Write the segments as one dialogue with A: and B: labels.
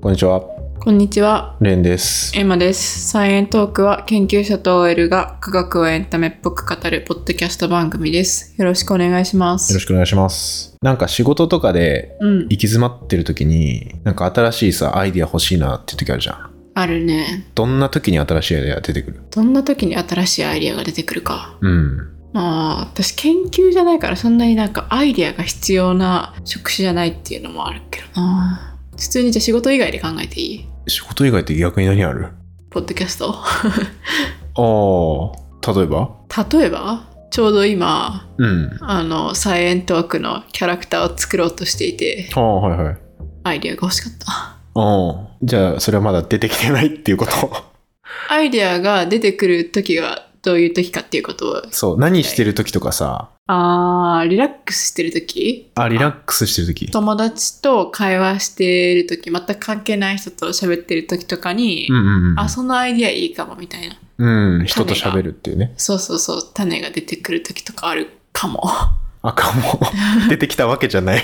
A: こんにちは、
B: こんにちは、
A: レンです。
B: エマです。サイエントークは研究者と OL が科学をエンタメっぽく語るポッドキャスト番組です。よろしくお願いしま
A: よろし
B: す。
A: くお願いします。なんか仕事とかで
B: うん
A: 行、き詰まってる時に、なんか新しいさ、アイディア欲しいなって時あるじゃん。
B: あるね。
A: どんな時に新しいアイディア出てくる
B: どんな時に新しいアイディアが出てくるか。
A: うん。
B: まあ、私研究じゃないからそんなになんかアイディアが必要な職種じゃないっていうのもあるけどな。普通にじゃあ仕事以外で考えていい
A: 仕事以外って逆に何ある
B: ポッドキャスト
A: ああ、例えば
B: 例えば、ちょうど今、
A: うん。
B: あの、サイエントークのキャラクターを作ろうとしていて、
A: ああ、はいはい。
B: アイディアが欲しかった。
A: ああ、じゃあそれはまだ出てきてないっていうこと。
B: アイデアが出てくる時がどういう時かっていうことを。
A: そう、何してる時とかさ、
B: あー、リラックスしてる時
A: あ、リラックスしてる時。
B: 友達と会話してる時、全く関係ない人と喋ってる時とかに、
A: うんうんうん。
B: あ、そのアイデアいいかもみたいな。
A: うん、人と喋るっていうね。
B: そうそうそう、種が出てくる時とかあるかも。
A: 赤も 出てきたわけじゃない。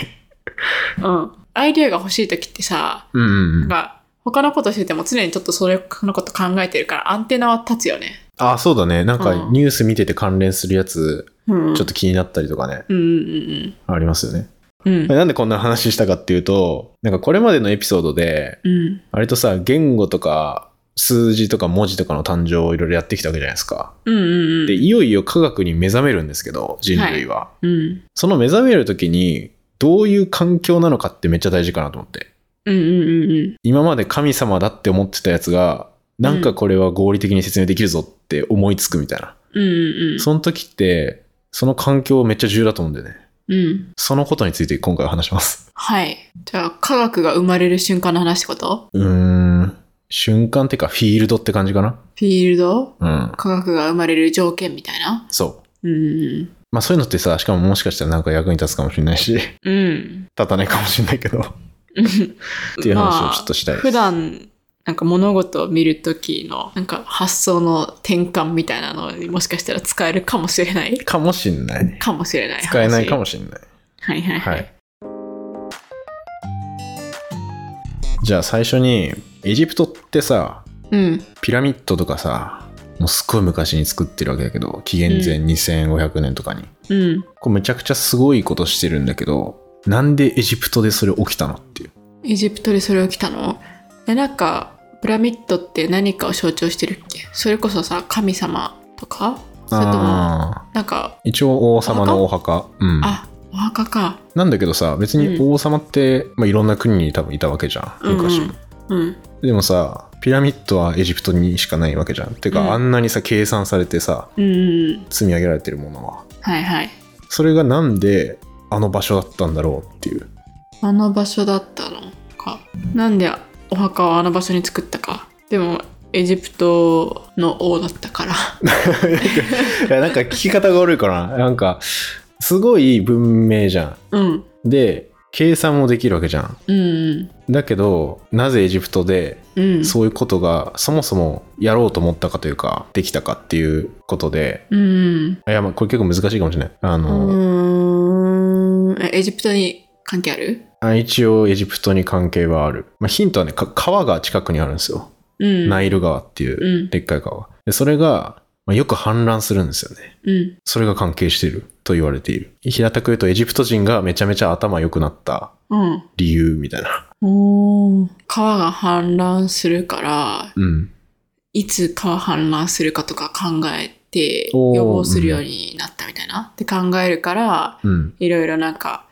B: うん。アイデアが欲しい時ってさ、
A: うんうんう
B: なん
A: ん。
B: か他のことしてても常にちょっとそれ、そのこと考えてるからアンテナは立つよね。
A: あ、そうだね。なんか
B: うん
A: ニュース見てて関連するやつ、
B: うん。
A: ちょっと気になったりとかね、
B: うんうん
A: ありますよね。
B: うん。うん。
A: なんでこんな話したかっていうと、なんかこれまでのエピソードで、
B: うん。
A: 割とさ、言語とか数字とか文字とかの誕生をいろいろやってきたわけじゃないですか。
B: うんうんうん。
A: で、いよいよ科学に目覚めるんですけど、人類は。
B: うん。
A: その目覚める時に、どういう環境なのかってめっちゃ大事かなと思って。
B: うんうんうんうん。
A: 今まで神様だって思ってたやつが、なんかこれは合理的に説明できるぞって思いつくみたいな。
B: うんうんうん。
A: その時って、その環境めっちゃ重要だと思うんだよね。
B: うん。
A: そのことについて今回は話します。
B: はい。じゃあ、科学が生まれる瞬間の話ってこと
A: うーん。瞬間っていうか、フィールドって感じかな。
B: フィールド
A: うん。
B: 科学が生まれる条件みたいな
A: そう。
B: うん。
A: まあそういうのってさ、しかももしかしたらなんか役に立つかもしれないし、 立
B: うん。
A: たないかもしれないけど、っ
B: って
A: いう話をちょっとしたいです。
B: 普段、なんか物事を見るときの、なんか発想の転換みたいなのにもしかしたら使えるかもしれない。
A: かもしんない。
B: かもしれない。
A: 使えないかもしんない。
B: はいはいは。
A: はいい。じゃあ最初に、エジプトってさ、
B: うん。
A: ピラミッドとかさ、もうすっごい昔に作ってるわけだけど、紀元前2500年とかに。
B: うん。
A: これめちゃくちゃすごいことしてるんだけど、なんでエジプトでそれ起きたのっていう。
B: エジプトでそれを着たのえ、なんか、ピラミッドって何かを象徴してるっけそれこそさ、神様とかそれとも、
A: あ
B: なんか、
A: ー一応王様のお墓。うん。
B: あ、お墓か。
A: なんだけどさ、別に王様って、まあ、いろんな国に多分いたわけじゃん。昔も。
B: うん。
A: でもさ、ピラミッドはエジプトにしかないわけじゃん。てか、
B: うん
A: あんなにさ、計算されてさ、
B: うんうん。
A: 積み上げられてるものは。
B: はいはい。
A: それがなんで、あの場所だったんだろうっていう。
B: あの場所だったのか。なんでお墓をあの場所に作ったか。でも、エジプトの王だったから。
A: いや、なんか聞き方が悪いかな。なんか、すごい文明じゃ
B: うん。
A: ん。で、計算もできるわけじゃん。
B: うん
A: だけどなぜエジプトで
B: うん。うん。
A: そういうことがそもそもやろうと思ったかというかできたかっていうことで
B: うん。
A: いやまあこれ結構難しいかもしれないあ
B: う
A: の、
B: ーん。えエジプトに関係ある
A: あ一応エジプトに関係はある、まあ、ヒントはねか川が近くにあるんですよ、
B: うん。
A: ナ
B: い。
A: イル川っていううんでっかい川でそれが、まあ、よく氾濫するんですよね
B: うん。
A: それが関係していると言われている平たく言うとエジプト人がめちゃめちゃ頭良くなった
B: うん。
A: 理由みたいな
B: おー川が氾濫するから、
A: うん
B: いつ川氾濫するかとか考えて予
A: おー
B: 防するようになったみたいな。って考えるから、
A: うん
B: いろいろなんか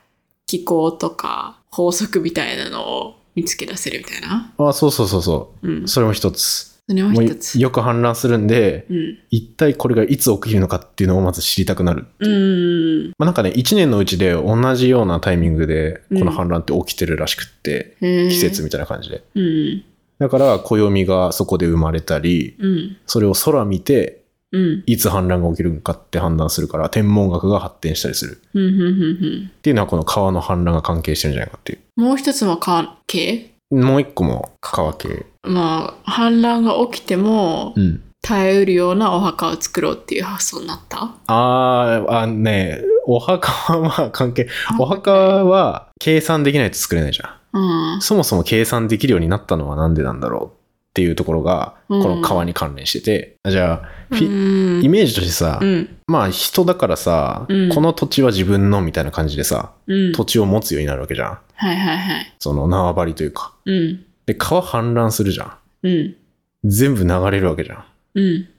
B: 気候とか法則みたいなのを見つけ出せるみたいな。
A: あそうそうそうそ
B: うん。
A: う
B: そ
A: それも一つ
B: れも
A: もう
B: 一つ。
A: よく氾濫するんで
B: うん。
A: 一体これがいつ起きるのかっていうのをまず知りたくなる。
B: うん。
A: まあ、なんかね、1年のうちで同じようなタイミングで、この氾濫って起きてるらしくって、
B: 季
A: 季節。みたいな感じで。
B: うん。
A: だから、暦がそこで生まれたり、
B: うん。
A: それを空見て、
B: うん。
A: いつ氾濫が起きるのかって判断するから、天文学が発展したりする。
B: うん。うん。うん。うん
A: っていうのは、この川の氾濫が関係してるんじゃないかってい
B: もう一つも関係
A: う。もう一個も川系。
B: まあ、氾濫が起きても
A: うん。
B: 耐えうるようなお墓を作ろうっていう発想になった。
A: あー、あのね、お墓はまあ関係、お墓は計算できないと作れないじゃん。
B: うん。
A: そもそも計算できるようになったのはなんでなんだろうっていうところが、こ
B: うん
A: の川に関連してて、あじゃあ、フィ
B: うん
A: イメージとしてさ、
B: うん。
A: まあ人だからさ、
B: うん
A: この土地は自分のみたいな感じでさ、
B: うん。
A: 土地を持つようになるわけじゃん。
B: はいはいはい。
A: その縄張りというか。
B: うん。
A: で、川氾濫するじゃん。
B: うん。
A: 全部流れるわけじゃん。
B: うん。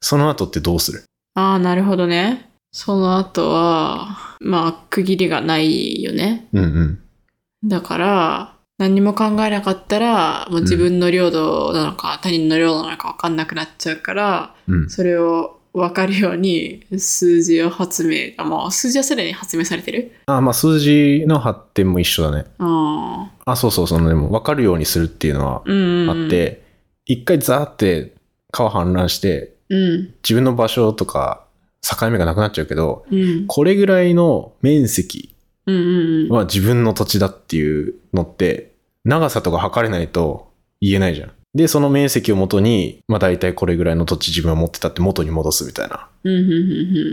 A: その後ってどうする
B: ああ、なるほどね。その後は、まあ、区切りがないよね。
A: うんうん。
B: だから、何にも考えなかったら、もう自分の領土なのか、他人の領土なのか分かんなくなっちゃうから、
A: うん。
B: それを分かるように数字を発明、あ、もう数字はすでに発明されてる
A: あ、まあ数字の発展も一緒だね。
B: ああ、
A: あ、そうそう、そのでも分かるようにするっていうのは
B: うんうんうん。
A: あっ。て、一回ザーって川氾濫して、
B: うん、
A: 自分の場所とか境目がなくなっちゃうけど、
B: うん。
A: これぐらいの面積
B: うんうんうん。
A: は自分の土地だっていうのって、長さとか測れないと言えないじゃん。で、その面積をもとに、まあ大体これぐらいの土地自分は持ってたって元に戻すみたいな
B: うんうんうんう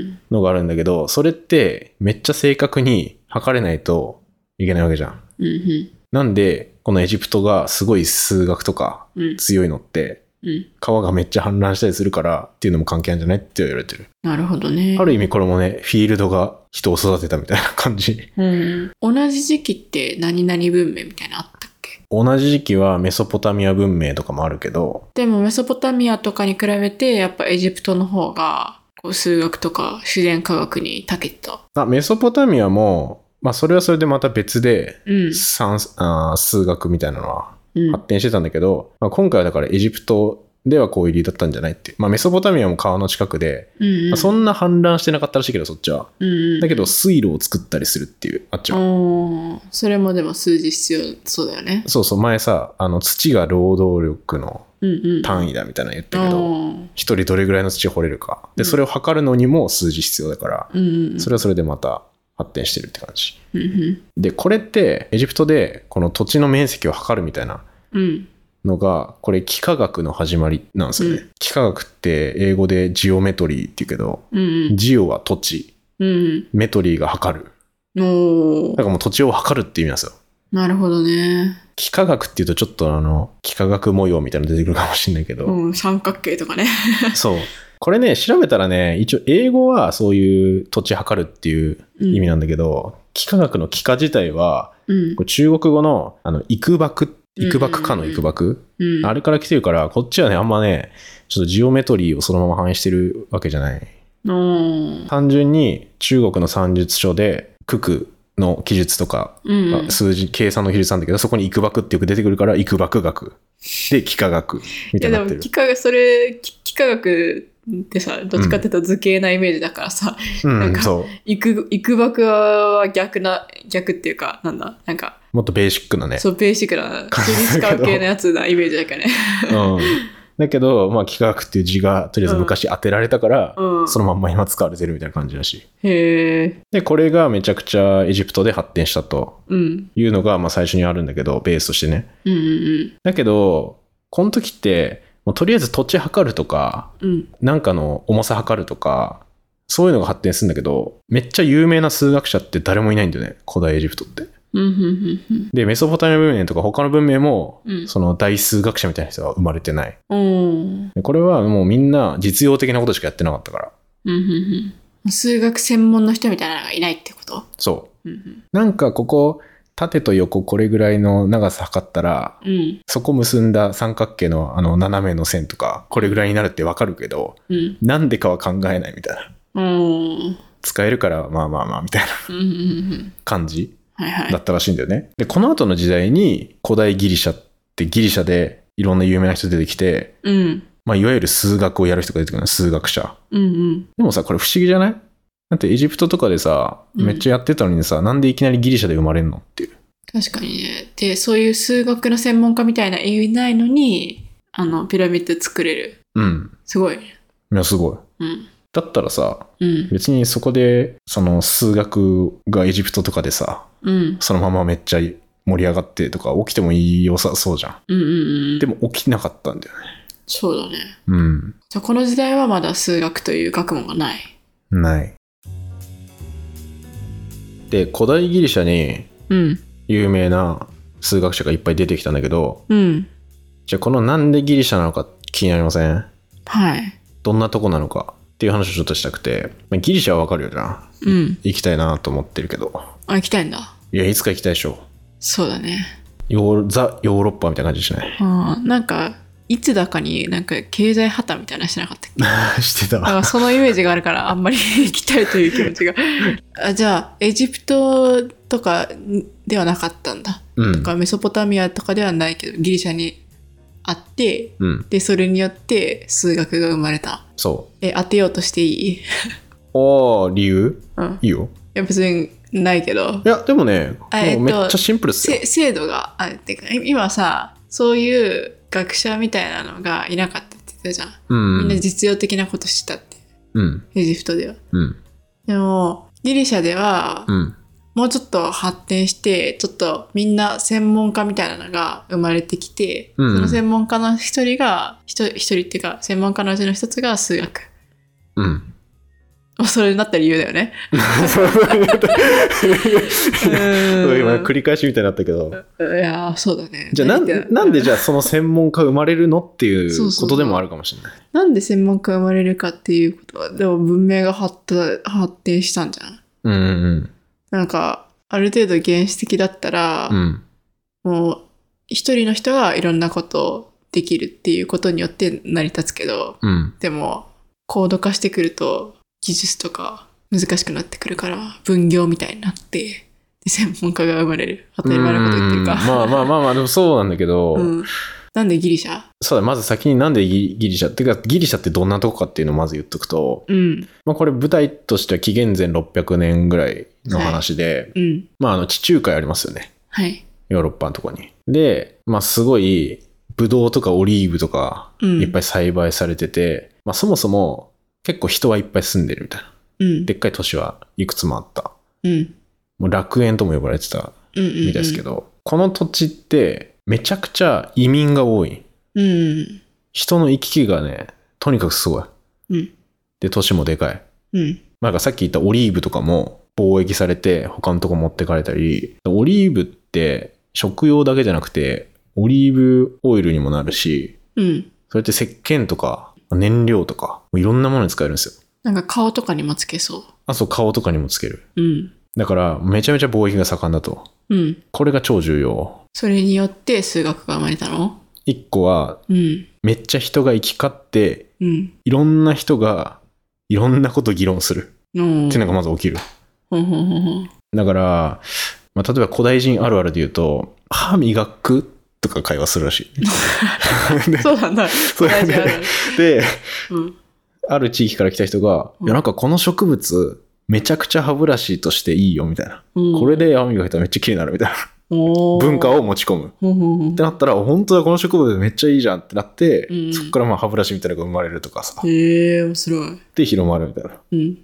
B: ん。
A: のがあるんだけど、それってめっちゃ正確に測れないといけないわけじゃん。
B: うんうん
A: なんで、このエジプトがすごい数学とか
B: うん
A: 強いのって、
B: うん。
A: 川がめっちゃ氾濫したりするからっていうのも関係あるんじゃないって言われてる。
B: なるほどね。
A: ある意味これもね、フィールドが人を育てたみたいな感じ。
B: うん。同じ時期って何々文明みたいなのあったっけ
A: 同じ時期はメソポタミア文明とかもあるけど、
B: でもメソポタミアとかに比べてやっぱエジプトの方がこう数学とか自然科学に長けてた。
A: あメソポタミアも、まあそれはそれでまた別で、
B: うん。
A: 算あー数学みたいなのは
B: うん
A: 発展してたんだけど、まあ、今回はだからエジプトではこういう理由だったんじゃないっていう。まあメソポタミアも川の近くで、
B: うんう
A: まあ
B: ん。
A: そんな氾濫してなかったらしいけど、そっちは。
B: うんうん
A: だけど、水路を作ったりするっていう、あっちは。
B: おーそれもでも数字必要そうだよね。
A: そうそう、前さ、あの、土が労働力の
B: うんうん。
A: 単
B: 位
A: 位だみたいなの言ったけど、一人どれぐらいの土を掘れるか。
B: う
A: で、
B: ん
A: それを測るのにも数字必要だから、
B: うんうん。
A: それはそれでまた発展してるって感じ。
B: うんうん
A: で、これって、エジプトでこの土地の面積を測るみたいな
B: うん。
A: のが、これ、幾何学の始まりなんですよね。
B: う
A: 幾何学って英語でジオメトリーって言うけど、
B: うんうん。
A: ジオは土地、
B: うん
A: メトリーが測る。
B: うん。お
A: だ
B: ー
A: からもう土地を測るって意味なんですよ。
B: なるほどね。
A: 幾何学っていうとちょっとあの幾何学模様みたいなの出てくるかもしれないけど、
B: うん。三角形とかね。
A: そうこれね調べたらね一応英語はそういう土地測るっていう意味なんだけど、幾何学の幾何自体は
B: うん
A: こ。う中国語のあの幾幕幾幕かの幾幕、
B: うん。
A: あれから来てるからこっちはねあんまねちょっとジオメトリーをそのまま反映してるわけじゃない
B: おー
A: 単純に中国の算術書で九九の記述とか
B: うんうん。
A: 数字、計算の比率なんだけど、そこに幾ばくってよく出てくるから、幾ばく学。で、幾何学。み
B: い
A: た
B: や
A: いにな
B: で
A: っ
B: も
A: てる
B: 幾。何学それ幾何学ってさどっちかっていうと図形なイメージだからさ、
A: う
B: なん
A: ん、
B: か
A: そ
B: いくいくばくは逆な逆っていうかなんだなんか
A: う。もっとベーシックなね。
B: そうベーシックな数字使う系のやつなイメージだけどね。
A: うん。だけど、まあ、幾何学っていう字が、とりあえず昔当てられたから、
B: う ん、
A: そのまんま今使われてるみたいな感じだしい。
B: へえ
A: で、これがめちゃくちゃエジプトで発展したと
B: うん
A: いうのが、まあ、最初にあるんだけど、ベースとしてね。
B: うんうん
A: だけど、この時って、もうとりあえず土地測るとか、
B: うん
A: なんかの重さ測るとか、そういうのが発展するんだけど、めっちゃ有名な数学者って誰もいないんだよね、古代エジプトって。
B: うんうんうんうん
A: で、メソポタミア文明とか他の文明も、
B: うん
A: その大数学者みたいな人は生まれてない。
B: うん
A: でこれはもうみんな実用的なことしかやってなかったから。
B: うんうんうん数学専門の人みたいなのがいないってこと
A: そ
B: うん
A: う。なんかここ、縦と横これぐらいの長さ測ったら、
B: うん
A: そこ結んだ三角形のあの斜めの線とか、これぐらいになるってわかるけど、
B: うん
A: なんでかは考えないみたいな。
B: うんうん
A: 使えるから、まあまあまあみたいな
B: うんうん
A: 感じ。
B: はいは
A: だ
B: い
A: ったらしいんだよね。で、この後の時代に古代ギリシャってギリシャでいろんな有名な人出てきて、
B: うん
A: まあ、いわゆる数学をやる人が出てくるの数学者。
B: うんうん
A: でもさ、これ不思議じゃないだってエジプトとかでさ、
B: うん
A: めっちゃやってたのにさ、なんでいきなりギリシャで生まれんのっていう。
B: 確かにね。で、そういう数学の専門家みたいな言いないのに、あの、ピラミッド作れる。
A: うん。
B: すごいね。
A: いや、すごい。
B: うん。
A: だったらさ、
B: うん。
A: 別にそこで、その数学がエジプトとかでさ、
B: うん。
A: そのままめっちゃ盛り上がってとか起きてもいい良さそうじゃん。
B: うんうんうん。
A: でも起きなかったんだよね。
B: そうだね。
A: うん。
B: じゃあこの時代はまだ数学という学問がない。
A: ない。で、古代ギリシャに
B: うん。
A: 有名な数学者がいっぱい出てきたんだけど、
B: うん。
A: じゃあこのなんでギリシャなのか気になりません
B: はい。
A: どんなとこなのかっていう話をちょっとしたくて、まあ、ギリシャはわかるよな。
B: うん。
A: 行きたいなと思ってるけど。
B: あ、行きたいんだ。
A: いや、いつか行きたいでしょ。
B: そうだね。
A: ヨーザ・ヨーロッパみたいな感じしない
B: うん。なんか、いつだかになんか経済破綻みたいなのしてなかったっ け
A: してた
B: だか
A: わ。
B: らそのイメージがあるからあんまり行きたいという気持ちが。あじゃあ、エジプトとかではなかったんだ。
A: うん
B: と。かメソポタミアとかではないけど、ギリシャにあって、
A: うん。
B: で、それによって数学が生まれた。
A: そ
B: え、当てようとしていい
A: う。ああ、理由
B: うん。
A: いいよ。
B: いや、別にないけど
A: い。や、でもね、
B: あ
A: もう
B: えっと
A: めっちゃシンプルっすよ。
B: せ制度があるっていうかい今さそういう学者みたいなのがいなかったって言ってたじゃん、
A: うん。
B: みんな実用的なことしてたって
A: うん。
B: エジプトでは
A: うん。
B: でもギリシャでは
A: うん。
B: もうちょっと発展してちょっとみんな専門家みたいなのが生まれてきて、
A: うんうん
B: その専門家の一人が一人一人っていうか専門家のうちの一つが数学
A: うん。
B: まあそれになった理由だよねうん
A: 今繰り返しみたいになったけど。
B: いやーそうだね
A: じゃあな
B: 何言っ
A: ん、
B: て
A: なんでじゃあその専門家生まれるのってい
B: そ
A: う
B: うそうそ
A: こ
B: う
A: とでもあるかもしれない。
B: なんで専門家が生まれるかっていうことは、でも文明が発達発展したんじゃん。
A: うんうん
B: なんか、ある程度原始的だったら、
A: うん。うん。
B: もう、一人の人がいろんなことをできるっていうことによって成り立つけど、
A: うん。
B: でも、高度化してくると、技術とか難しくなってくるから、分業みたいになって、で専門家が生まれる。当たり前のこと言ってるか。
A: うんまあまあまあまあ、でもそうなんだけど、
B: うん。なんでギリシャ
A: そうだ、まず先になんでギリギリシャっていうか、ギリシャってどんなとこかっていうのをまず言っとくと、
B: うん。
A: まあこれ舞台としては紀元前600年ぐらいの話で、
B: うん。
A: まああの地中海ありますよね。
B: はい。
A: ヨーロッパのとこに。で、まあすごい、ブドウとかオリーブとか、
B: うん
A: いっぱい栽培されてて、まあそもそも結構人はいっぱい住んでるみたいな。
B: うん。
A: でっかい都市はいくつもあった。
B: うん。
A: もう楽園とも呼ばれてた
B: うん。うん。
A: みたいですけど、この土地ってめちゃくちゃ移民が多い。
B: うん。
A: 人の行き来がね、とにかくすごい。
B: うん。
A: で、都市もでかい。
B: うん。
A: なんかさっき言ったオリーブとかも貿易されて他のとこ持ってかれたり、オリーブって食用だけじゃなくて、オリーブオイルにもなるし、
B: うん。
A: それって石鹸とか燃料とか、いろんなものに使えるんですよ。
B: なんか顔とかにもつけそ
A: あ、そう、顔とかにもつける。
B: う。うん。
A: だから、めちゃめちゃ貿易が盛んだと。
B: うん。
A: これが超重要。
B: それによって数学が生まれたの
A: 一個は、
B: うん。
A: めっちゃ人が行き交って、
B: うん。
A: いろんな人が、いろんなこと議論する。
B: の
A: っていうのがまず起きる。
B: ほんほんほんほん。
A: だから、まあ、例えば古代人あるあるで言うと、歯磨くとか会話するらしい。
B: そうな んだ。
A: うだね
B: 大事あるある
A: で、
B: うん。
A: ある地域から来た人が、
B: うん
A: いや、なんかこの植物、めちゃくちゃ歯ブラシとしていいよ、みたいな。
B: うん
A: これで歯磨いたらめっちゃ綺麗になるみたいな。
B: おー
A: 文化を持ち込む。っ
B: ほんほんほん
A: てなったら、本当だ、この植物めっちゃいいじゃんってなって、
B: うん
A: そこからまあ歯ブラシみたいなのが生まれるとかさ、
B: へえ面白い。
A: で広まるみたいな。も
B: うん。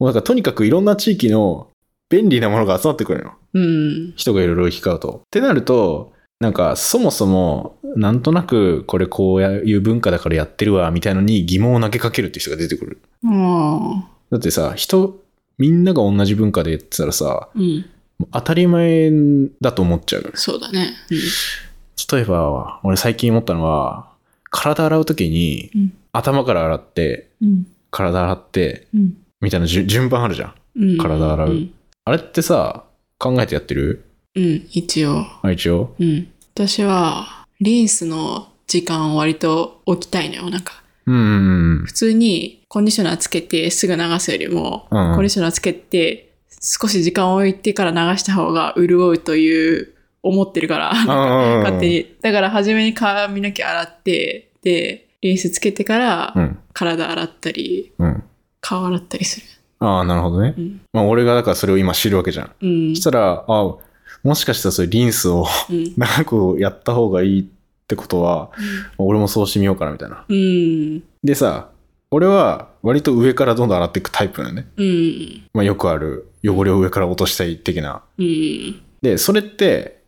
A: うなんかとにかくいろんな地域の便利なものが集まってくるの。
B: うん。
A: 人がいろいろ行き交うと。ってなると、なんかそもそも、なんとなくこれこういう文化だからやってるわ、みたいのに疑問を投げかけるっていう人が出てくる。
B: あ
A: だってさ、人、みんなが同じ文化でやってたらさ、
B: ーうん。
A: もう当たり前だと思っちゃう。
B: そうだね。
A: 例えば、俺最近思ったのは、体洗うときに、
B: うん
A: 頭から洗って、
B: うん。
A: 体洗って、
B: うん。
A: みたいな順順番あるじゃん。
B: うん。
A: 体洗うんあれってさ、考えてやってる
B: うん。一応。
A: あ、一応。
B: うん。私は、リンスの時間を割と置きたいのよ。なんか、
A: うんうん
B: 普通にコンディショナーつけてすぐ流すよりも、
A: うんうん
B: コンディショナーつけて少し時間を置いてから流した方が潤うという思ってるから、
A: うん。うん
B: 勝手。に。だから初めに髪の毛洗って、で、リンスつけてから
A: うん。
B: 体洗ったり、
A: うん。
B: 顔洗ったりする。
A: ああ、なるほどね。
B: うん。
A: まあ、俺がだからそれを今知るわけじゃん。
B: う
A: そ
B: ん
A: し。たら、あもしかしたらそれリンスを
B: うん。
A: 長くやった方がいいってことは、俺もそうしてみようかなみたいな。
B: うん。
A: でさ、俺は割と上からどんどん洗っていくタイプなのね。
B: うん。
A: まあ、よくある汚れを上から落としたい的な。
B: うん。
A: で、それって、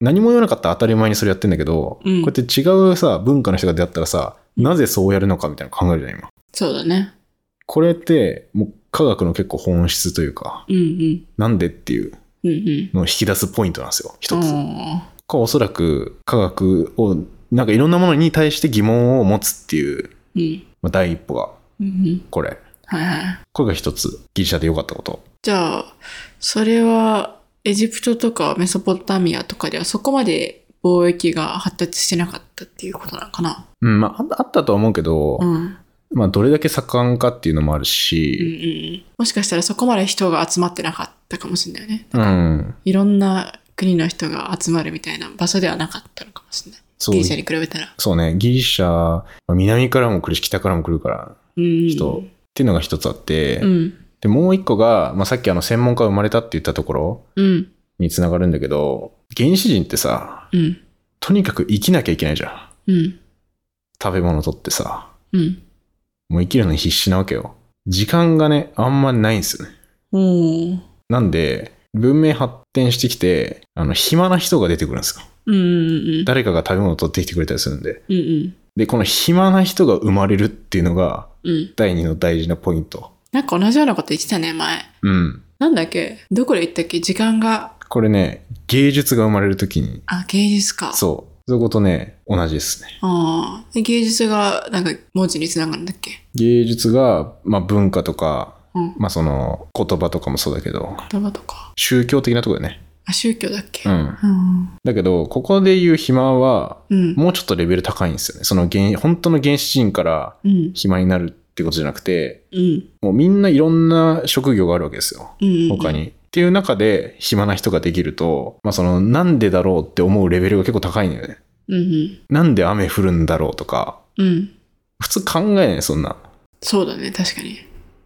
A: 何も言わなかったら当たり前にそれやってんだけど、
B: うん
A: こうやって違うさ、文化の人が出会ったらさ、なぜそうやるのかみたいなの考えるじゃん、今。
B: そうだね。
A: これって、もう科学の結構本質というか、
B: うんうん。
A: なんでっていう
B: うんうん。
A: のを引き出すポイントなんですよ、一つ。
B: あ
A: これおそらく科学を、なんかいろんなものに対して疑問を持つっていう、
B: うん。
A: まあ、第一歩が、
B: うんうん。
A: これ。
B: はいはい。
A: これが一つ、ギリシャで良かったこと。
B: じゃあ、それはエジプトとかメソポタミアとかではそこまで貿易が発達してなかったっていうことなのかな
A: うん、まああ、あったとは思うけど、
B: うん。うん
A: まあ、どれだけ盛んかっていうのもある
B: うんう
A: し、
B: ん。もしかしたらそこまで人が集まってなかったかもしれないよね。
A: うん。
B: いろんな国の人が集まるみたいな場所ではなかったのかもしれない。
A: そう
B: ギリシャに比べたら。
A: そうね、ギリシャ、まあ南からも来るし、北からも来るから、っ
B: うん。
A: 人ていうのが一つあって、
B: うん。
A: で、もう一個が、まあ、さっきあの、専門家が生まれたって言ったところ
B: うん。
A: につながるんだけど、原始人ってさ、
B: うん。
A: とにかく生きなきゃいけないじゃん。
B: うん。
A: 食べ物取ってさ、
B: うん。
A: もう生きるのに必死なわけよ。時間がね、あんまないんですよね。
B: おー
A: なんで、文明発展してきて、あの、暇な人が出てくるんですよ。
B: うんうんうん。
A: 誰かが食べ物を取ってきてくれたりするんで。
B: うんうん。
A: で、この暇な人が生まれるっていうのが、
B: うん。
A: 第二の大事なポイント。
B: なんか同じようなこと言ってたね、前。
A: うん。
B: なんだっけどこで言ったっけ時間が、
A: これね、芸術が生まれるときに、
B: あ、芸術か。
A: そう。そういうことね、同じですね。
B: ああ。で芸術が、なんか文字につながるんだっけ
A: 芸術が、まあ文化とか、
B: うん。
A: まあその、言葉とかもそうだけど、
B: 言葉とか。
A: 宗教的なところだよね。
B: あ、宗教だっけ
A: うん。
B: うん。
A: だけど、ここで言う暇は、
B: うん。
A: もうちょっとレベル高いんですよね。その原、本当の原始人から
B: うん。
A: 暇になるってことじゃなくて、
B: うん。
A: もうみんないろんな職業があるわけですよ。
B: うん。
A: 他に。っていう中で暇な人ができると、まあその、なんでだろうって思うレベルが結構高いんだよね。
B: うん。
A: なんで雨降るんだろうとか、
B: うん。うん。
A: 普通考えない、そんな。
B: そうだね、確かに。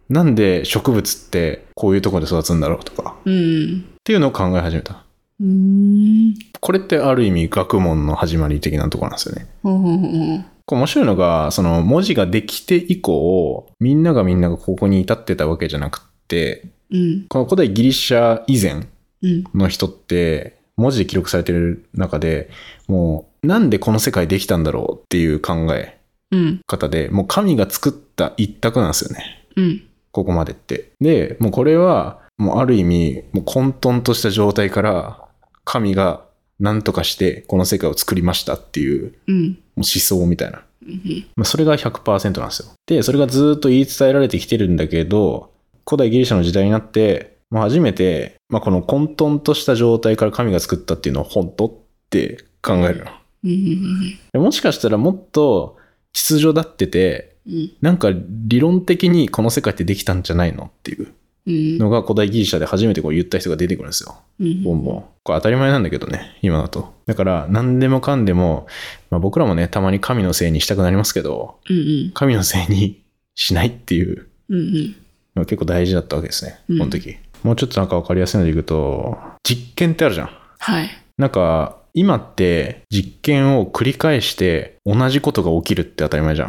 A: なんで植物ってこういうところで育つんだろうとか、っ
B: うん。
A: ていうのを考え始めた。
B: うーん。
A: これってある意味学問の始まり的なところなんですよね。
B: ほうほうほうほう。
A: こう面白いのが、その文字ができて以降、みんながみんながここに至ってたわけじゃなくって、
B: うん。
A: この古代ギリシャ以前
B: うん。
A: の人って、文字で記録されてる中で、もう、なんでこの世界できたんだろうっていう考え
B: うん。
A: 方で、もう神が作った一択なんですよね。
B: うん。
A: ここまでって。で、もうこれは、もうある意味、もう混沌とした状態から、神が何とかしてこの世界を作りましたっていう、
B: う
A: も
B: ん。
A: う思想みたいな。
B: うん。
A: まあ、それが100%なんですよ。で、それがずーっと言い伝えられてきてるんだけど、古代ギリシャの時代になって、まあ、初めて、まあ、この混沌とした状態から神が作ったっていうのを本当って考えるの
B: うん。うん。
A: で。もしかしたらもっと秩序だってて、
B: うん。
A: なんか理論的にこの世界ってできたんじゃないのっていう
B: うん。
A: のが古代ギリシャで初めてこう言った人が出てくるんですよ。
B: うん。
A: ボンボン。これ当たり前なんだけどね、今だと。だから何でもかんでも、まあ、僕らもね、たまに神のせいにしたくなりますけど、
B: うん。
A: 神のせいにしないっていう
B: うん。うん。
A: のが結構大事だったわけですね、
B: うん
A: この時。もうちょっとなんか分かりやすいのでいくと、実験ってあるじゃん。
B: はい。
A: なんか、今って実験を繰り返して同じことが起きるって当たり前じゃ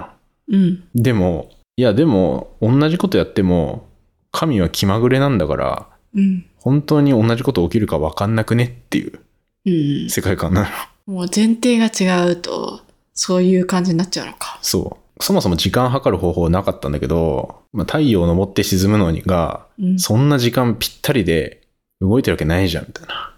A: ん。
B: うん。
A: でも、いやでも、同じことやっても、神は気まぐれなんだから、
B: うん。
A: 本当に同じこと起きるか分かんなくねっていう
B: うん。
A: 世界観なの。
B: もう前提が違うと、そういう感じになっちゃうのか。
A: そう。そもそも時間計る方法なかったんだけど、まあ、太陽を昇って沈むのにが、
B: うん。
A: そんな時間ぴったりで動いてるわけないじゃんみたい な。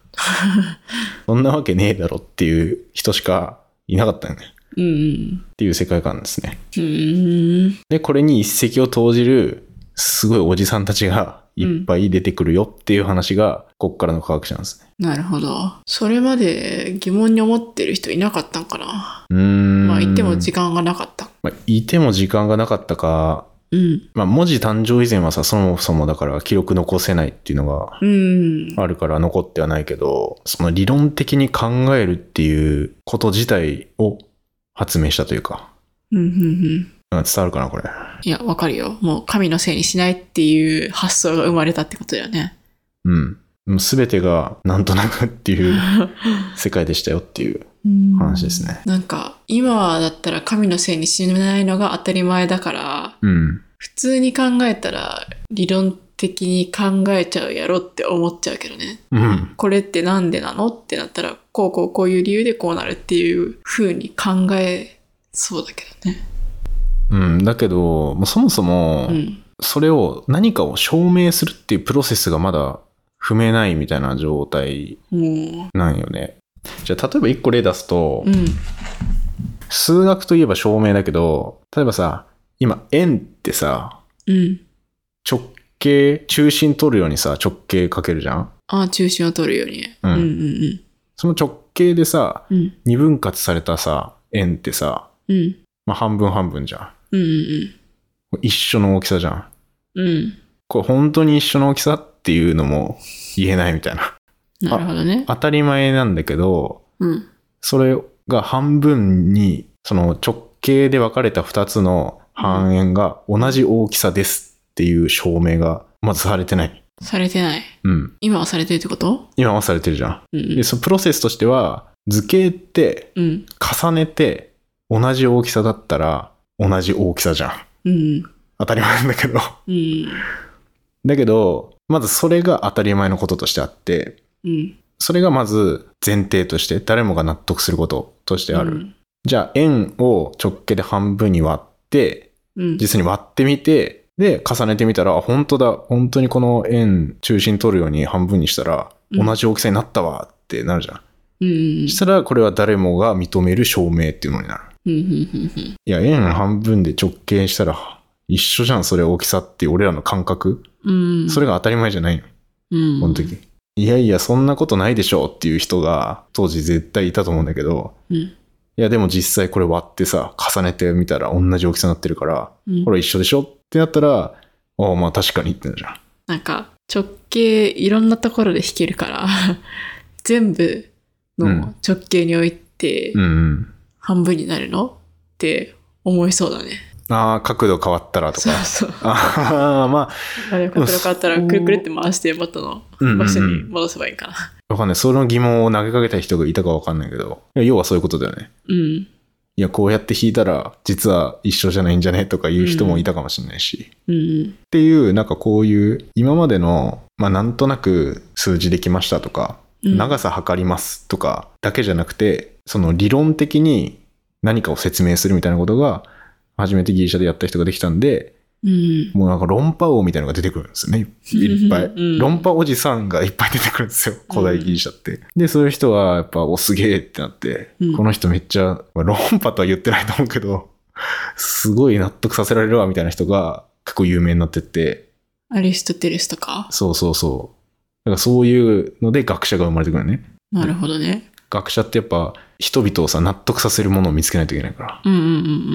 A: そんなわけねえだろっていう人しかいなかったよね。っ
B: うん。
A: ていう世界観ですね。
B: うん。
A: で、これに一石を投じるすごいおじさんたちがいっぱい出てくるよっていう話が、こっからの科学者なんですね。
B: なるほど。それまで疑問に思ってる人いなかったんかな。
A: うーん。
B: まあ言っても時間がなかった。
A: まあいても時間がなかったか、
B: うん。
A: まあ文字誕生以前はさ、そもそもだから記録残せないっていうのが
B: うん。
A: あるから残ってはないけど、その理論的に考えるっていうこと自体を発明したというか、
B: うん。うん。
A: うん伝わるかな、これ。
B: いや、わかるよ。もう神のせいにしないっていう発想が生まれたってことだよね。
A: うん。もう全てがなんとなくって いう世界でしたよっていう話ですね。
B: なんか、今だったら神のせいにしないのが当たり前だから、
A: うん。
B: 普通に考えたら理論的に考えちゃうやろって思っちゃうけどね。
A: うん。
B: これってなんでなのってなったら、こうこうこういう理由でこうなるっていう風に考えそうだけどね。
A: うん。だけど、もうそもそも
B: う、ん。
A: それを何かを証明するっていうプロセスがまだ踏めないみたいな状態
B: も
A: なんよね。じゃあ、例えば一個例出すと、
B: うん。
A: 数学といえば証明だけど、例えばさ、今、円ってさ、
B: うん。
A: 直径、中心取るようにさ、直径かけるじゃん
B: ああ、中心を取るようにね。
A: う
B: うんんうん
A: その直径でさ、
B: うん。うん。
A: 二分割されたさ、円ってさ、
B: うん。
A: まあ、半分半分じゃん。
B: うんうん
A: 一緒の大きさじゃん。
B: うん。うん。
A: これ本当に一緒の大きさっていうのも言えないみたいな。
B: なるほどね。
A: 当たり前なんだけど、
B: うん。
A: それが半分に、その直径で分かれた2つの半円が同じ大きさですっていう証明がまずされてない。
B: されてない。
A: うん。
B: 今はされてるってこと
A: 今はされてるじゃ。
B: うんん
A: で、。そのプロセスとしては、図形って
B: うん。
A: 重ねて同じ大きさだったら同じ大きさじゃん。
B: うん。
A: 当たり前なんだけど。
B: うん。
A: だけど、まずそれが当たり前のこととしてあって、
B: うん。
A: それがまず前提として、誰もが納得することとしてある。
B: うん
A: じゃあ、円を直径で半分に割って、
B: うん。
A: 実に割ってみて、で、重ねてみたら、あ本当だ、本当にこの円中心取るように半分にしたら、
B: うん
A: 同じ大きさになったわってなるじゃん。
B: うんう
A: そ
B: ん
A: したら、これは誰もが認める証明っていうのになる。
B: うんうんうん
A: いや、円半分で直径したら、一緒じゃん、それ大きさっていう俺らの感覚。
B: うん。うん
A: それが当たり前じゃないの。
B: うん
A: この時。いやいや、そんなことないでしょうっていう人が当時絶対いたと思うんだけど、
B: うん
A: いやでも実際これ割ってさ、重ねてみたら同じ大きさになってるから、
B: うん
A: これ一緒でしょってなったら、ああまあ確かにってなるじゃん。
B: なんか直径いろんなところで弾けるから 全部の直径において
A: うんうん。
B: 半分になるのって思いそうだね。
A: ああ、角度変わったらと
B: そう
A: か。
B: そう。
A: ああ、まあ、
B: あれ角度変わったら
A: そう
B: くるくるって回して元の
A: うんうんうん
B: 場所に戻せばいいかな。
A: わかんない。その疑問を投げかけた人がいたかわかんないけど、いや要はそういうことだよね。
B: うん。
A: いや、こうやって引いたら実は一緒じゃないんじゃねとかいう人もいたかもしれないし。
B: うん。
A: っていう、なんかこういう、今までの、まあなんとなく数字できましたとか、
B: うん
A: 長さ測りますとかだけじゃなくて、その理論的に何かを説明するみたいなことが、初めてギリシャでやった人ができたんで、
B: うん。
A: もうなんか論破王みたいなのが出てくるんですよ ね。いっぱい。
B: うん
A: 論破おじさんがいっぱい出てくるんですよ。古代ギリシャって。で、そういう人はやっぱ、お、すげえってなって、
B: うん
A: この人めっちゃ、まあ論破とは言ってないと思うけど、すごい納得させられるわみたいな人が結構有名になってって、
B: アリストテレスとか。
A: そうそうそう。だからそういうので学者が生まれてくるのね。
B: なるほどね。
A: 学者ってやっぱ人々をさ納得させるものを見つけないといけないか
B: うんうんうんう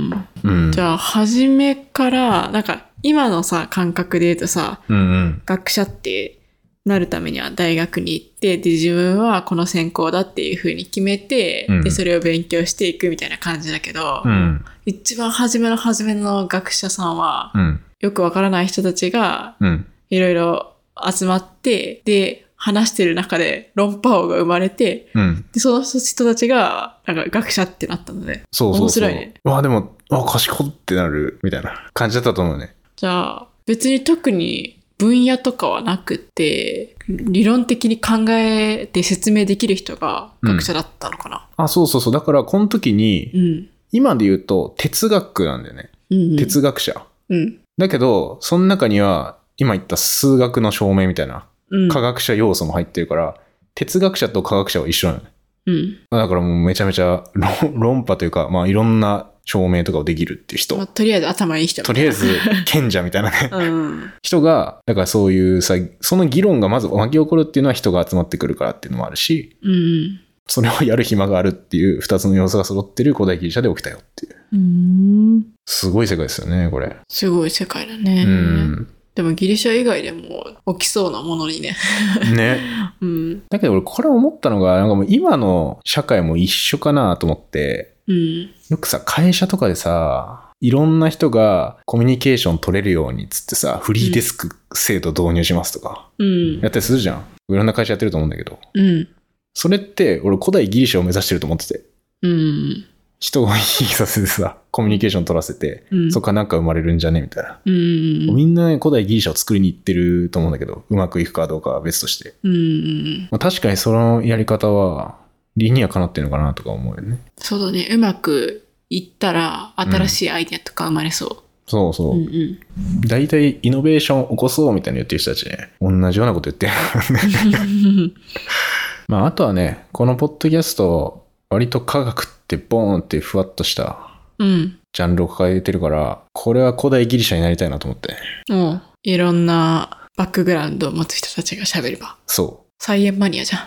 B: ん。
A: ら。うん。
B: じゃあ初めからなんか今のさ感覚で言うとさ
A: うんうん。
B: 学者ってなるためには大学に行ってで自分はこの専攻だっていうふうに決めて、
A: うん
B: でそれを勉強していくみたいな感じだけど、
A: うん。
B: 一番初めの初めの学者さんは、
A: うん。
B: よくわからない人たちが
A: うん。
B: いろいろ集まってで話してる中で論破王が生まれて
A: うん。
B: でその人たちがなんか学者ってなったので
A: そうそうそう。
B: 面白いね。
A: わあ、でも、あ、賢ってなるみたいな感じだったと思うね。
B: じゃあ、別に特に分野とかはなくて、理論的に考えて説明できる人が学者だったのかな。
A: あ、そうそうそう。だから、この時に、
B: うん。
A: 今で言うと哲学なんだよね。
B: うん。
A: 哲学者。
B: うん。
A: だけど、その中には、今言った数学の証明みたいな
B: うん。
A: 科学者要素も入ってるから、哲学者と科学者は一緒なのね。
B: うん。
A: まあだからもうめちゃめちゃ論論破というか、まあいろんな証明とかをできるっていう人
B: まあ、。とりあえず頭いい人
A: とりあえず 賢者みたいなね。
B: あえず。うん。
A: 人が、だからそういうさ、その議論がまず巻き起こるっていうのは人が集まってくるからっていうのもあるし、
B: うん。
A: それをやる暇があるっていう二つの要素が揃ってる古代ギリシャで起きたよっていう。
B: うん。
A: すごい世界ですよね、これ。
B: すごい世界だね。
A: うん。
B: でもギリシャ以外でも起きそうなものにね。
A: ね。
B: うん。
A: だけど俺これ思ったのが、なんかもう今の社会も一緒かなと思って、
B: うん。
A: よくさ、会社とかでさ、いろんな人がコミュニケーション取れるようにっつってさ、フリーデスク制度導入しますとか、
B: うん。
A: やったりするじゃん。いろんな会社やってると思うんだけど。
B: うん。
A: それって、俺古代ギリシャを目指してると思ってて。
B: うん。
A: 人を引きさせてさ、コミュニケーション取らせて、
B: うん
A: そっからなんか生まれるんじゃねみたいな。
B: うん。
A: みんなね古代ギリシャを作りに行ってると思うんだけど、うまくいくかどうかは別として。
B: うん。
A: まあ、確かにそのやり方は、理にはかなってるのかなとか思うよね。
B: そうだね。うまくいったら新しいアイデアとか生まれそう。
A: そうそう。
B: うんうん。
A: 大体イノベーションを起こそうみたいな言ってる人たちね、同じようなこと言ってる。 まあ、あとはね、このポッドキャスト、割と科学ってボーンってふわっとした
B: うん。
A: ジャンルを抱えてるから、これは古代ギリシャになりたいなと思って。
B: もう、いろんなバックグラウンドを持つ人たちが喋れば。
A: そう。
B: 菜園マニアじゃ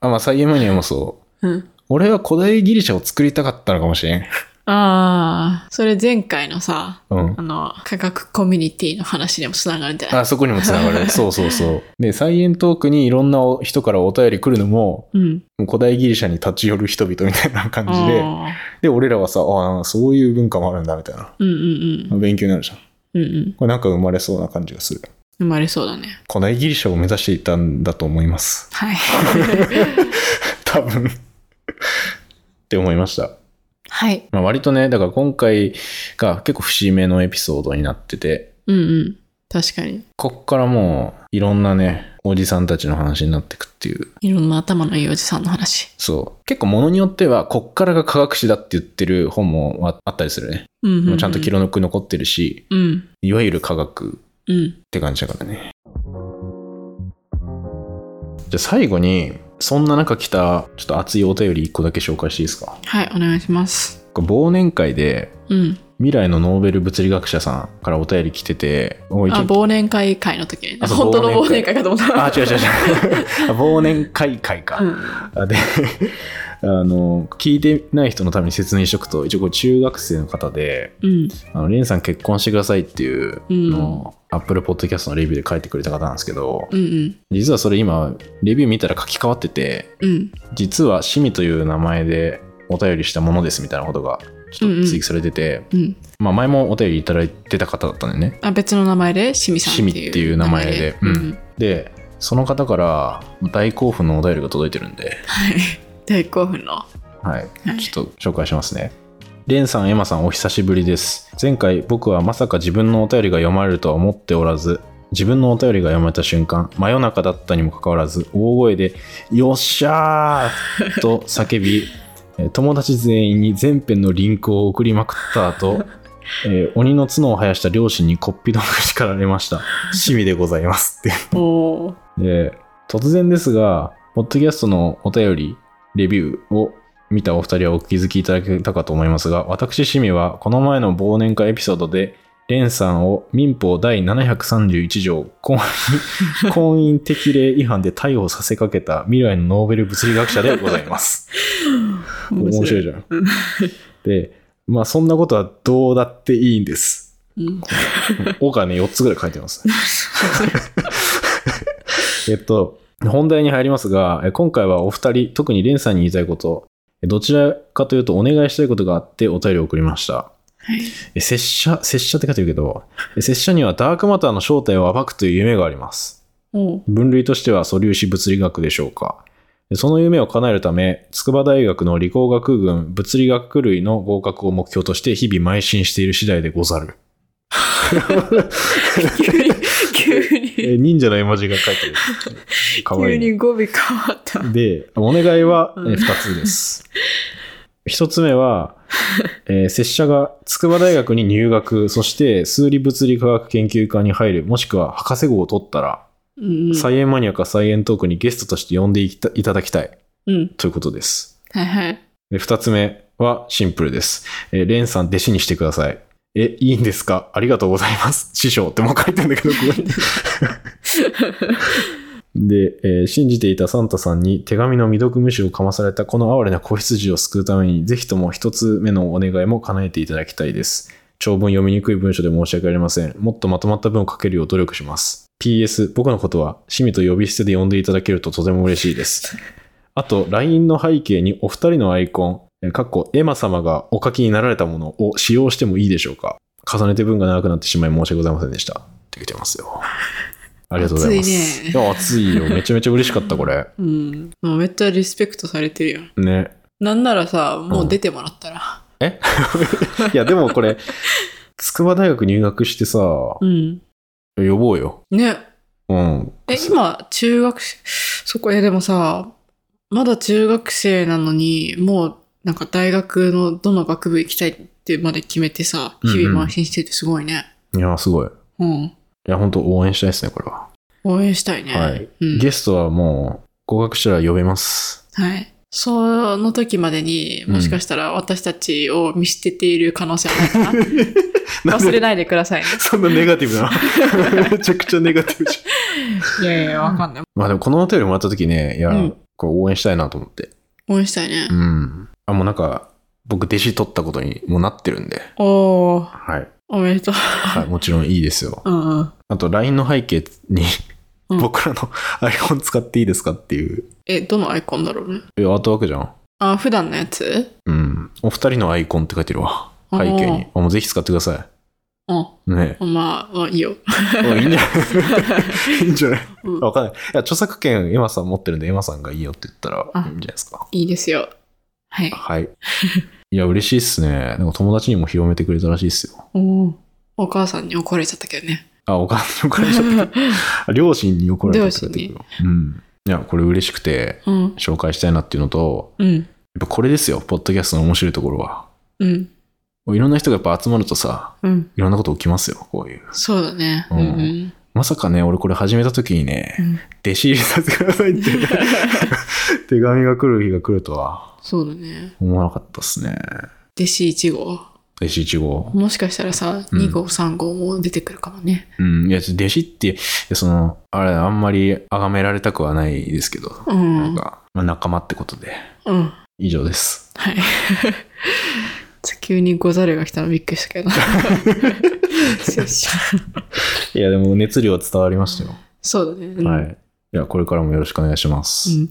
A: あ、まあ、サイエマニアもそう。
B: ん。うん。
A: 俺は古代ギリシャを作りたかったのかもしれん。
B: ああ、それ前回のさ、
A: うん。
B: あの、科学コミュニティの話にもつながるんじゃない
A: あそこにもつながる。そうそうそう。で、サイエントークにいろんなお人からお便り来るのも、
B: うん。
A: もう古代ギリシャに立ち寄る人々みたいな感じで、
B: あー
A: で、俺らはさ、ああ、そういう文化もあるんだみたいな。
B: うんうん
A: 勉強になるじゃん。
B: うん。うんうん。
A: これなんか生まれそうな感じがする。
B: 生まれそうだね。
A: 古代ギリシャを目指していたんだと思います。
B: はい。
A: 多分って思いました。
B: はい。
A: まあ、割とね、だから今回が結構節目のエピソードになってて、
B: うんうん。確かに。
A: こっからもういろんなね、おじさんたちの話になってくっていう。
B: いろんな頭のいいおじさんの話。
A: そう。結構ものによっては、こっからが科学史だって言ってる本もああったりするね。
B: うんうん、うん。
A: ちゃんと記録残ってるし、
B: うん。
A: いわゆる科学っ
B: うん。
A: て感じだからね。じゃあ最後に、そんな中来た、ちょっと熱いお便り1個だけ紹介していいですか。
B: はい、お願いします。
A: 忘年会で、
B: うん。
A: 未来のノーベル物理学者さんからお便り来てて、おい
B: あ、忘年会会の時ね。
A: あそう
B: 本当の
A: 忘
B: 忘年
A: 年
B: 会
A: 会
B: かと思った。
A: あ、違う違う違う。 あ忘年会会か。
B: うん。
A: あで あの聞いてない人のために説明しておくと一応これ中学生の方で
B: うん。
A: 「あのレンさん結婚してください」っていう
B: うん
A: のを、アップルポッドキャストのレビューで書いてくれた方なんですけど、
B: うんうん。
A: 実はそれ今レビュー見たら書き換わってて
B: うん。
A: 実は「趣味」という名前でお便りしたものですみたいなことがちょっと追記されてて、
B: うん。
A: まあ、前もお便りいただいてた方だったんでね
B: あ、別の名前で、しみさんっていう。
A: シミっていう名前で
B: う
A: うんん。でその方から大興奮のお便りが届いてるんで
B: はい。大興奮の。
A: はい
B: はい、
A: ちょっと紹介しますね。レンさん、エマさん、お久しぶりです。前回、僕はまさか自分のお便りが読まれるとは思っておらず、自分のお便りが読まれた瞬間、真夜中だったにもかかわらず、大声で、よっしゃーと叫び、えー友達全員に全編のリンクを送りまくった後、えー鬼の角を生やした両親にこっぴどく叱られました。趣味でございますって。
B: おー。
A: で、突然ですが、ポッドキャストのお便り、レビューを見たお二人はお気づきいただけたかと思いますが、私、趣味は、この前の忘年会エピソードで、レンさんを民法第731条婚 姻婚姻適例違反で逮捕させかけた未来のノーベル物理学者でございます。 面白いじゃん
B: うん。
A: で、まあそんなことはどうだっていいんです。
B: うん。
A: おがね、4つぐらい書いてます。えっと、本題に入りますが、え今回はお二人、特にレンさんに言いたいこと、えどちらかというとお願いしたいことがあってお便りを送りました。
B: はい。
A: え拙者、拙者って書いてるけど、え拙者にはダークマターの正体を暴くという夢があります。
B: おー。
A: 分類としては素粒子物理学でしょうか。でその夢を叶えるため、筑波大学の理工学群物理学類の合格を目標として日々邁進している次第でござる。
B: 急に、 急に、
A: え、忍者の絵文字が書いてる。 かわ
B: 急
A: いい。
B: に語尾変わった。
A: で、お願いは
B: うん
A: 2つです。1つ目は、えー拙者が筑波大学に入学、そして数理物理科学研究科に入る、もしくは博士号を取ったら、
B: うん。
A: サイエンマニアかサイエントークにゲストとして呼んでいたいただきたい
B: うん。
A: ということです。
B: はいはい。
A: で、二つ目はシンプルです。えーレンさん弟子にしてください。え、いいんですかありがとうございます。師匠ってもう書いてんだけど、ここに。で、えー信じていたサンタさんに手紙の未読無視をかまされたこの哀れな子羊を救うために、ぜひとも一つ目のお願いも叶えていただきたいです。長文読みにくい文章で申し訳ありません。もっとまとまった文を書けるよう努力します。PS、僕のことは、趣味と呼び捨てで呼んでいただけるととても嬉しい です。あと、LINE の背景にお二人のアイコン、えーかっこエマ様がお書きになられたものを使用してもいいでしょうか重ねて文が長くなってしまい申し訳ございませんでした。ってきてます よ。ありがとうございます。
B: 熱いね
A: いや、熱いよ。めちゃめちゃ嬉しかった、これ。
B: うん。もうめっちゃリスペクトされてるよ。
A: ね。
B: なんならさ、もう出てもらったら。
A: いや、でも これ、筑波大学入学してさ、
B: うん。
A: 呼ぼうよ。
B: ね。
A: うん。
B: え、今、中学生、そこ、え、でもさ、まだ中学生なのに、もう、なんか大学のどの学部行きたいってまで決めてさ、
A: うんうん
B: 日々邁進しててすごいね。
A: いや、すごい。い
B: うん。
A: や、本当応援したいですね、これは。
B: 応援したいね。
A: はい。
B: うん。
A: ゲストはもう、合格したら呼べます。
B: はい。その時までに、もしかしたら私たちを見捨てている可能性は ないかな。忘れ
A: い。
B: ないでくださいね。
A: そんなネガティブな。めちゃくちゃネガティブじゃん。
B: いやいや、わかんない。
A: まあでもこのお便りもらった時ね、いや、
B: うん
A: これ応援したいなと思って。
B: 応援したいね
A: う。ん。あ、もうなんか、僕弟子取ったことにもうなってるんで。
B: おおー
A: はい。
B: おめでとう。
A: はい、もちろんいいですよ。
B: うんうん。
A: あと LINE の背景に、
B: うん
A: 僕らのアイコン使っていいですかっていう。
B: え、どのアイコンだろうね。
A: いや、アートワークじゃん。
B: あ、普段のやつ
A: うん。お二人のアイコンって書いてるわ。背景に。あもうぜひ使ってくださ
B: うん。
A: い。ね
B: まあ、まあ、いいよ。
A: え。あいいんじゃ ないいいんじゃない
B: うん
A: わかんない。いや、著作権、エマさん持ってるんで、エマさんがいいよって言ったら
B: あ
A: いいんじゃないですか。
B: いいですよ。はい。
A: はい。いや、嬉しいっすね。なんか友達にも広めてくれたらしいっすよ。
B: おーお母さんに怒られちゃったけど ね。
A: あ、お金に怒られちゃった。両親に怒られちゃったけ
B: 両
A: ど。うん。いや、これ嬉しくて、
B: うん。
A: 紹介したいなっていうのと、
B: うん。
A: やっぱこれですよ、ポッドキャストの面白いところは。
B: うん。
A: もういろんな人がやっぱ集まるとさ、
B: うん。
A: いろんなこと起きますよ、こういう。
B: そうだね。
A: う
B: うんんうん。
A: まさかね、俺これ始めた時にね、
B: うん
A: 弟子入りさせてくださいって 手紙が来る日が来るとは
B: そうだね。
A: 思わなかったっすね。
B: 弟子1号。
A: 弟子1号。
B: もしかしたらさ、
A: うん
B: 2号、3号も出てくるかもね。
A: うん、いや、弟子って、いやその、あれ、あんまり崇められたくはないですけど、
B: う
A: なん
B: ん。
A: か、まあ、仲間ってことで、
B: うん。
A: 以上です。
B: はい。 急にござるが来たのびっくりした けど。拙者
A: いや、でも熱量は伝わりましたよ。
B: そうだね。うん
A: はい。いや、これからもよろしくお願いします。
B: うん。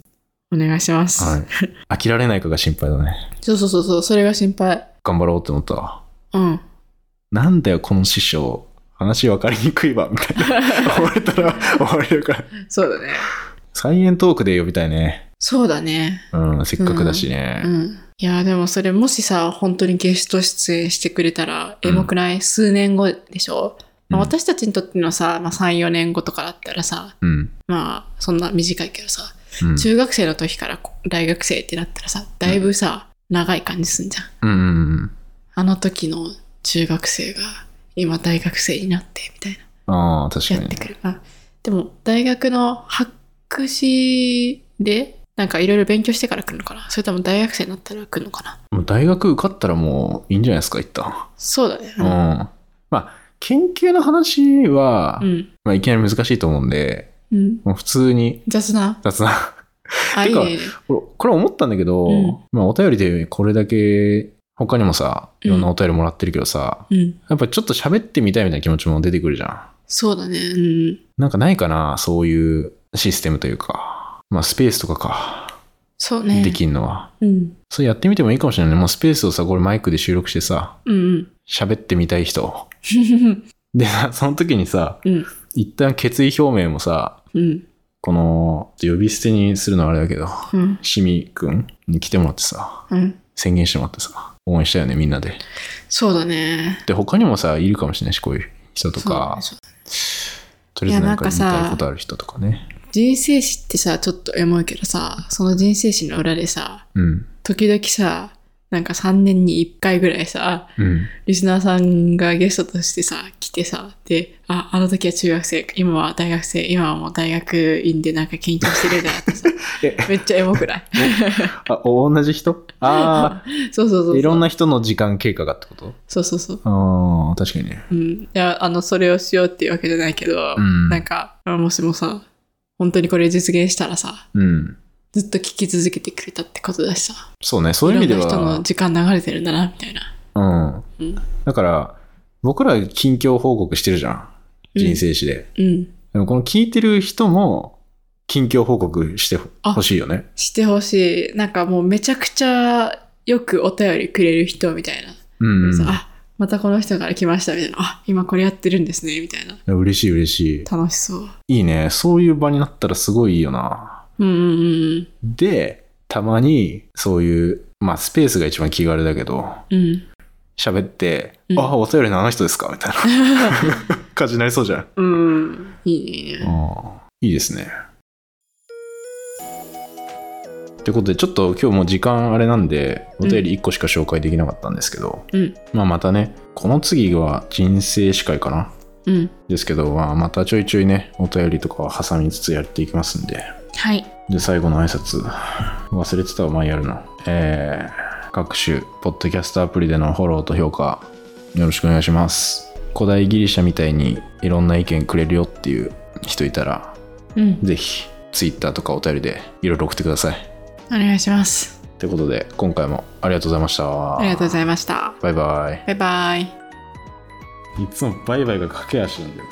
B: お願いします。
A: はい。飽きられないかが心配だね。
B: そうそうそうそう、それが心配。
A: 頑張ろうって思ったわ。
B: うん。
A: なんだよ、この師匠。話分かりにくいわ、みたい な。終われたら終わりだから。
B: そうだね。
A: サイエントークで呼びたいね。
B: そうだね。
A: うん、せっかくだしね。
B: うん。いやー、でもそれもしさ、本当にゲスト出演してくれたら、エモくない、数年後でしょ、まあ、
A: うん
B: 私たちにとってのさ、まあ、3、4年後とかだったらさ、
A: うん。
B: まあ、そんな短いけどさ、
A: うん。
B: 中学生の時からこ大学生ってなったらさ、だいぶさ、長い感じすんじゃん。
A: うんうんうん。
B: あの時の中学生が、今大学生になって、みたいな。
A: ああ、確か
B: やっ
A: に
B: て。くる。あでも、大学の博士で、なんかいろいろ勉強してから来るのかなそれとも大学生になったら来るのかな
A: もう大学受かったらもういいんじゃないですか、一旦。
B: そうだね。
A: うん。まあ、研究の話は、
B: うん。
A: まあ、いきなり難しいと思うんで、
B: うん。
A: もう普通に
B: 雑な。
A: 雑な。
B: あ、い
A: て
B: い
A: か
B: ね。いいね
A: これこれ思ったんだけど、
B: うん
A: まあ、お便りでこれだけ、他にもさ、いろんなお便りもらってるけどさ、
B: うん。
A: やっぱちょっと喋ってみたいみたいな気持ちも出てくるじゃん。
B: そうだね。うん。
A: なんかないかな、そういうシステムというか。まあ、スペースとかか、
B: そうね。
A: できんのは。
B: うん。
A: それやってみてもいいかもしれないね。もうスペースをさ、これマイクで収録してさ、
B: うん
A: 喋ってみたい人。
B: うん。
A: で、 さその時にさ、
B: うん。
A: 一旦決意表明もさ、
B: うん。
A: この、呼び捨てにするのはあれだけど、
B: うん。
A: シミくんに来てもらってさ、
B: うん。
A: 宣言してもらってさ、応援したよね、みんなで。
B: そうだね。
A: で、他にもさ、いるかもしれないし、こういう人と
B: そうだ
A: か
B: ね、そうだね
A: とりあえずなんか
B: い
A: 言
B: や
A: い
B: なんかさ
A: たいことある人とかね。
B: 人生史ってさ、ちょっとエモいけどさ、その人生史の裏でさ、
A: うん。
B: 時々さ、なんか3年に1回ぐらいさ、
A: うん。
B: リスナーさんがゲストとしてさ、来てさ、で、あ、あの時は中学生、今は大学生、今はもう大学院でなんか研究してるんだなってさ
A: え、
B: めっちゃエモくない
A: あ、お同じ 人あ
B: そうそうそうそ
A: あ、
B: う。
A: いろんな人の時間経過がってこと
B: そうそうそう。
A: ああ、確かにね。
B: うん。いや、あの、それをしようっていうわけじゃないけど、
A: うん
B: なんか、もしもさ、本当にこれ実現したらさ、
A: うん。
B: ずっと聞き続けてくれたってことだしさ、
A: そうね、そういう意味で
B: ろんな人
A: は
B: の。時間流れてるんだな、みたいな。
A: うん。
B: うん
A: だから、僕ら近況報告してるじゃん。人生史で。
B: うん。
A: でもこの聞いてる人も、近況報告してほしいよね。
B: してほしい。なんかもうめちゃくちゃよくお便りくれる人みたいな。
A: うん。
B: あまたこの人から来ましたみたいなあ今これやってるんですねみたいな
A: 嬉しい嬉し
B: 楽しそう
A: い。いいね。そういう場になったらすごいいいよな。
B: うんうんうん
A: で、たまに、そういう、まあ、スペースが一番気軽だけど、
B: うん
A: 喋って、
B: うん
A: あ、お便りのあの人ですかみたいな 感じになりそうじゃん。
B: うんうんいいねいいね
A: あーいいですね。ってことでちょっと今日もう時間あれなんでお便り1個しか紹介できなかったんですけど、
B: うん
A: まあまたねこの次は人生司会かな
B: うん
A: ですけど、まあ、またちょいちょいねお便りとかは挟みつつやっていきますんで
B: はい。
A: で、最後の挨拶。忘れてたわ、前やるの。えー、各種、ポッドキャストアプリでのフォローと評価、よろしくお願いします。古代ギリシャみたいにいろんな意見くれるよっていう人いたら、
B: うん。
A: ぜひ、Twitter とかお便りでいろいろ送ってください。
B: お願いします。
A: ということで、今回もありがとうございました。
B: ありがとうございました。
A: バイバイ。
B: バイバイ。
A: いつもバイバイが駆け足なんだよ。